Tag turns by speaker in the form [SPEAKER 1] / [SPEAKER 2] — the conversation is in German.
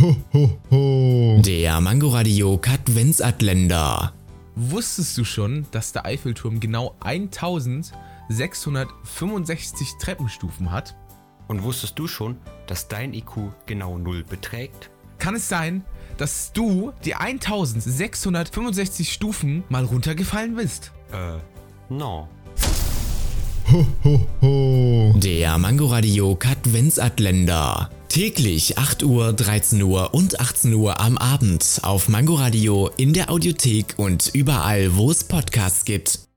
[SPEAKER 1] Ho, ho, ho.
[SPEAKER 2] Der Mangoradio Katwensatländer.
[SPEAKER 3] Wusstest du schon, dass der Eiffelturm genau 1665 Treppenstufen hat?
[SPEAKER 4] Und wusstest du schon, dass dein IQ genau 0 beträgt?
[SPEAKER 3] Kann es sein, dass du die 1665 Stufen mal runtergefallen bist?
[SPEAKER 4] Äh, no.
[SPEAKER 1] Ho, ho, ho.
[SPEAKER 2] Der Mangoradio Katwensatländer. Täglich 8 Uhr, 13 Uhr und 18 Uhr am Abend auf Mangoradio in der Audiothek und überall, wo es Podcasts gibt.